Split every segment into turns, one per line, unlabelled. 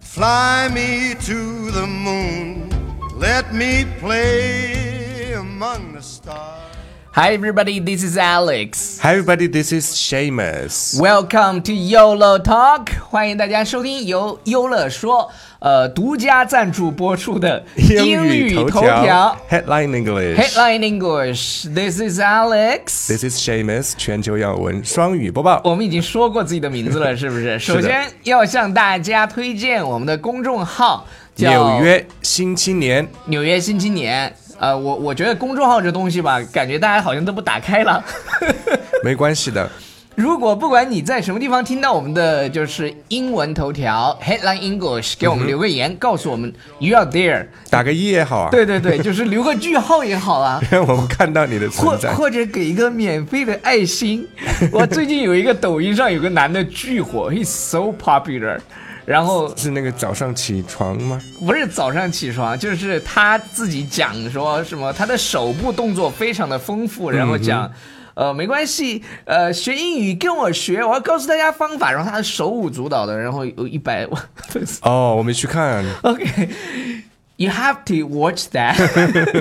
Fly me to the moon. Let me play among the stars.
Hi everybody, this is Alex.
Hi everybody, this is Seamus.
Welcome to YOLO Talk，欢迎大家收听由优乐说呃独家赞助播出的英语头条
Headline English。
Headline English. This is Alex.
This is Seamus，全球要闻双语播报。
我们已经说过自己的名字 了，是不是？
的
首先要向大家推荐我们的公众号，叫
纽约新青年，
纽约新青年。呃，我我觉得公众号这东西吧，感觉大家好像都不打开了。
没关系的。
如果不管你在什么地方听到我们的就是英文头条 headline English，给我们留个言，告诉我们 you are there。
打个一也好啊，
对对对，就是留个句号也好 啊。
让 我们看到你的
或
存在。
或者给一个免费的爱心。我最近有一个抖音上有个男的巨火，he's so popular。然后
是那个早上起床吗？
不是早上起床，就是他自己讲说什么，他的手部动作非常的丰富，然后讲。呃，没关系，呃，学英语跟我学，我要告诉大家方法。然后他手舞足蹈的，然后有一百万 粉丝。
哦，我没去看。
OK。You have to watch that.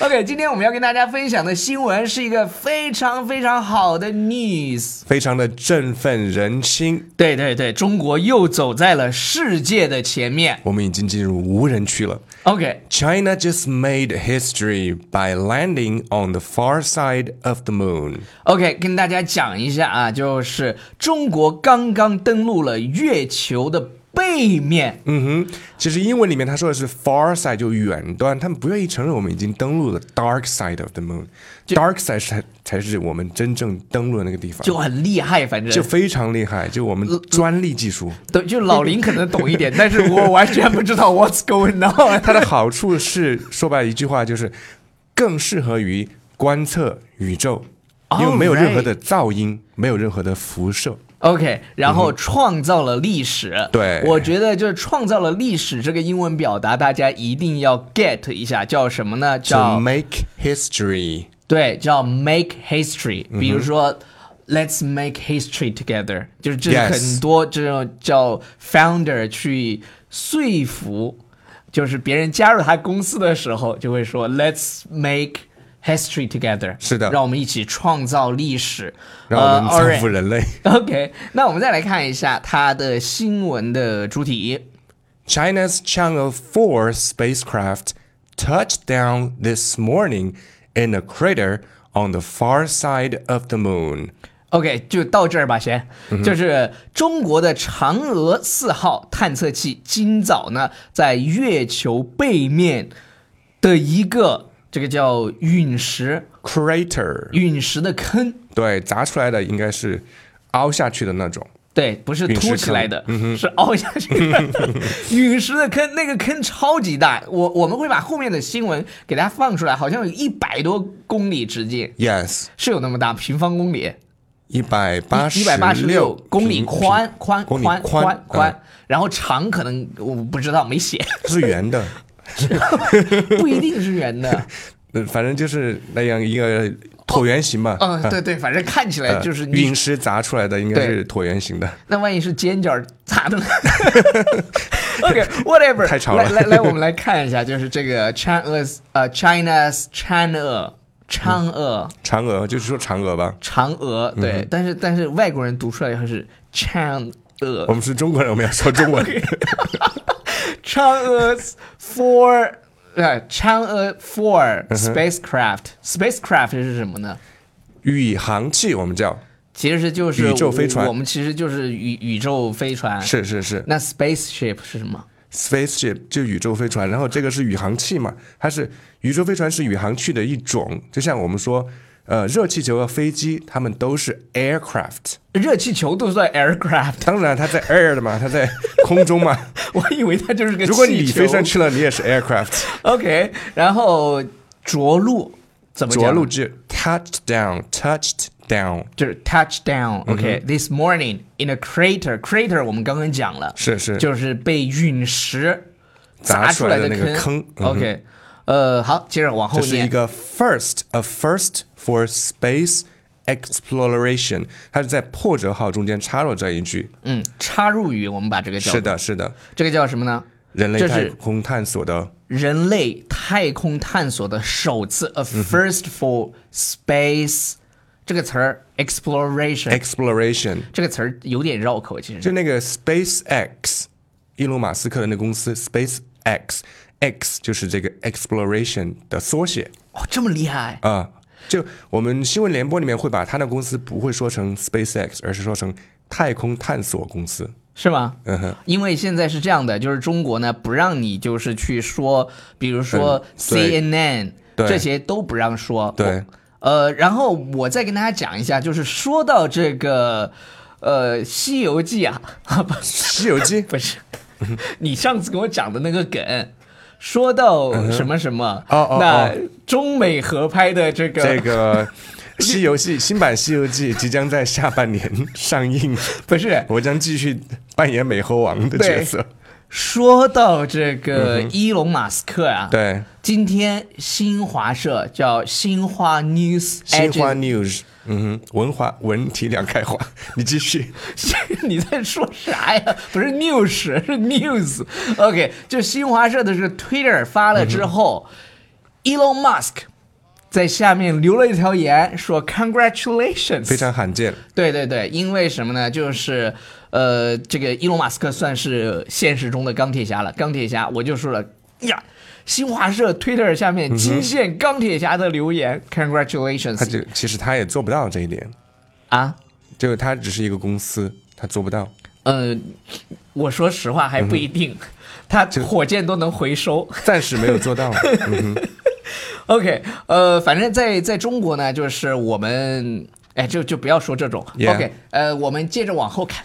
OK，今天我们要跟大家分享的新闻是一个非常非常好的 news。
非常的振奋人心，
对对对，中国又走在了世界的前面。
我们已经进入无人区了。
OK，
China just made history by landing on the far side of the moon.
OK，跟大家讲一下啊，就是中国刚刚登陆了月球的背面。
嗯哼，其实英文里面他说的是 far side 就远端，他们不愿意承认我们已经登陆了 dark side of the moon。dark side 才才是我们真正登陆的那个地方，
就呃很厉害，反正
就非常厉害，就我们专利技术。
对，就老林可能懂一 点，但是我完全不知道 what's going on。
它的好处是，说白了一句话就是， 更适合于观测宇宙，因为没有任何的噪音，没有任何的辐射。
OK，然后创造了历史。
嗯对
我觉得就是创造了历史这个英文表达，大家一定要 get 一下，叫什么呢？
To
叫
make history，
对，叫 make history。比
嗯
如说、l e t s make history together，就是这是
Yes
很多这种叫 founder 去说服，就是别人加入他公司的时候，就会说 Let's make history together。
是的
让我们一起创造历史，
让我们
呃，alright
造福人类。
OK，那我们再来看一下它的新闻的主体。
China's Chang'e 4 spacecraft touched down this morning in a crater on the far side of the moon.
OK，就到这儿吧，先。
嗯
就是中国的嫦娥四号探测器今早呢，在月球背面的一个这个叫陨石
Crater，
陨石的坑，
对，砸出来的应该是凹下去的那种。
对，不是
陨石嗯
凸起来的，是凹下去 的。陨石的坑，那个坑超级大，我我们会把后面的新闻给大家放出来，好像有一百多公里直径，
Yes，
是有那么大，平方公里。
一百八十
一百八十六公里
平
宽宽
公里
宽
宽
宽宽
嗯，
然后长可能我不知道没写，
是圆的，
不一定是圆 的。
呃反正就是那样一个椭圆形嘛。
嗯，对对，反正看起来
呃
就是你
陨石砸出来的，应该
对
是椭圆形的。
那万一是尖角咋 的呢？OK，whatever，、
太吵了
来来来，我们来看一下，就是这个 China's 呃 China's
嗯
China 嫦娥
嫦娥就是说嫦娥吧，
嫦娥，
嗯
对，但是但是外国人读出来还是 Chan 娥
我们是中国人，我们要说 中文。
Chang'e's four 呃 Chang'e
嗯
four spacecraft spacecraft 是什么呢？
宇航器我们叫，
其实就是
宇宙飞船
我我们其实就是宇宇宙飞船。
是是是
那 spaceship 是什么？
，spaceship 就宇宙飞船，然后这个是宇航器嘛，它是宇宙飞船是宇航器的一种，就像我们说，呃，热气球和飞机，它们都是 aircraft。
热气球都算 aircraft，
当然，它在 air 的嘛，它在空中 嘛。
我以为它就是个气球。
如果你飞上去了，你也是 aircraft。
，OK，然后着陆怎么讲
着陆就 touched down，touched down，
就是
嗯
touchdown。OK，this、morning in a crater，crater 我们刚刚讲了，
是是
就是被陨石砸
砸
出
出
来
来
的
的那个
坑。
坑嗯
OK，呃，好，接着往后
这是一
念。
个 first，a first for space exploration，它是在破折号中间插入这一句。
嗯，插入语我们把这个叫
是，的，是的，
这个叫什么呢？
人类
这
太
是
空探索的
人类太空探索的首次 a
嗯
first for space、这个词儿 exploration
exploration，
这个词儿有点绕口，其实
就那个 SpaceX，伊隆马斯克的那公司 SpaceX，X 就是这个 exploration 的缩写
哦这么厉害
啊。就我们新闻联播里面会把他的公司不会说成 SpaceX，而是说成太空探索公司。
是吗？
嗯哼，
因为现在是这样的，就是中国呢不让你就是去说，比如说
嗯对
CNN
对
这些都不让说。
对
我，呃，然后我再跟大家讲一下，就是说到这个，呃，《西游记》啊， 不
《西游记》
不是，
嗯
你上次跟我讲的那个梗。说到什么什么，
嗯哦哦
那
哦
中美合拍的这个
这个《 西游记》新版《西游记》即将在下半年上 映，
不是
我将继续扮演美猴王的角色。
说到这个
嗯
伊隆马斯克啊，
对，
今天新华社叫新华 News
新华
Agen-
news，嗯哼，文化文体两开花，你继续。
你在说啥呀？不是 news 是 news。OK，就新华社的这个 Twitter 发了之后、e l o n Musk 在下面留了一条言，说 Congratulations，
非常罕见。
对对对，因为什么呢？就是呃，这个伊隆马斯克算是现实中的钢铁侠了。钢铁侠，我就说了呀，新华社 Twitter 下面惊现钢铁侠的留言、c o n g r a t u l a t i o n
嗯他
s
就其实他也做不到这一点，
啊，
就他只是一个公司，他做不到。
呃，我说实话还不一定，他火箭都能回收。
暂时没有 做到，
OK，呃，反正在在中国呢，就是我们，哎，就就不要说这种。
Yeah
OK，呃，我们接着往后看。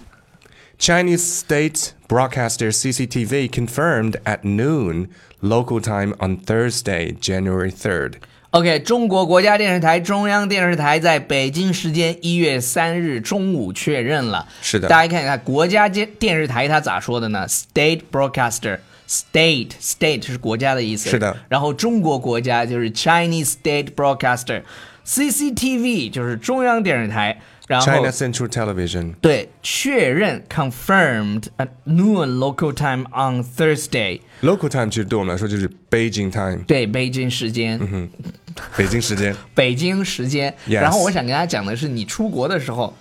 Chinese state broadcaster CCTV confirmed at noon local time on Thursday, January 3rd.
OK，中国国家电视台、中央电视台在北京时间一月三日中午确认了。
是的
大家看一下国家电电视台它咋说的呢？State broadcaster。State state 是国家的意思，
是的
然后中国国家就是 Chinese state broadcaster，CCTV 就是中央电视台，然后
China Central Television.
对确认 confirmed at noon local time on Thursday，
Local time 其实对我们来说就是 Beijing time，
对北京时间，
嗯北京 时间。
北京时间。
Yes
然后我想跟大家讲的是，你出国的时候，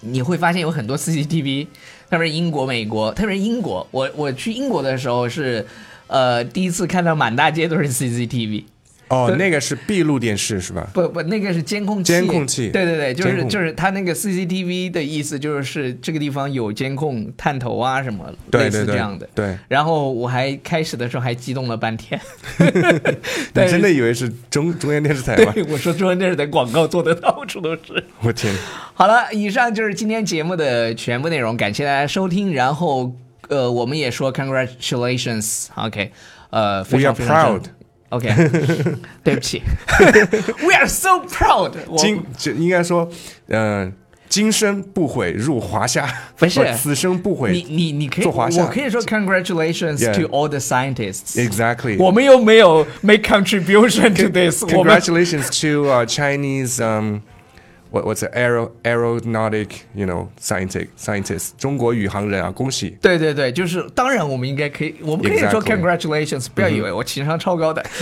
你会发现有很多 CCTV，特别是英国、美国，特别是英国。我我去英国的时候是，呃，第一次看到满大街都是 CCTV。
哦，那个是闭路电视是吧？
不不，那个是监控器。
监控器
对对对，就
监
是
控
就是它那个 CCTV 的意思，就是这个地方有监控探头啊什么，
对
类似
对对
这样的。
对
然后我还开始的时候还激动了半天。
你
对
真的以啊为是中中央电视台吗？
对，我说中央电视台广告做的到处都是。
我天，
好了，以上就是今天节目的全部内容，感谢大家收听。然后，呃，我们也说 congratulations，OK，、呃，非
We
常
are
非常
proud
正 OK，对 不 起，We are so proud 我。
今这应该说，嗯，今生不悔入华夏，
不是
此生不
你
悔
你你可以，
做华夏
我可以说 congratulations
Yeah
to all the scientists。
Exactly.
我们又没有 make contribution to this，我们
Congratulations to uh, Chinese um, what what's it aero aeronautic you know scientist scientist 中国宇航人啊，恭喜！
对对对，就是当然我们应该可以，我们可以说
Exactly
congratulations，不要以为我情商超高的。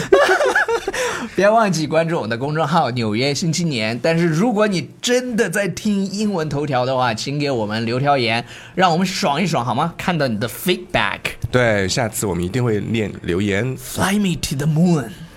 别忘记关注我们的公众号《纽约新青年》。但是如果你真的在听英文头条的话，请给我们留条言，让我们爽一爽好吗？看到你的 feedback，fly
对，下次我们一定会念留言。
me to the moon。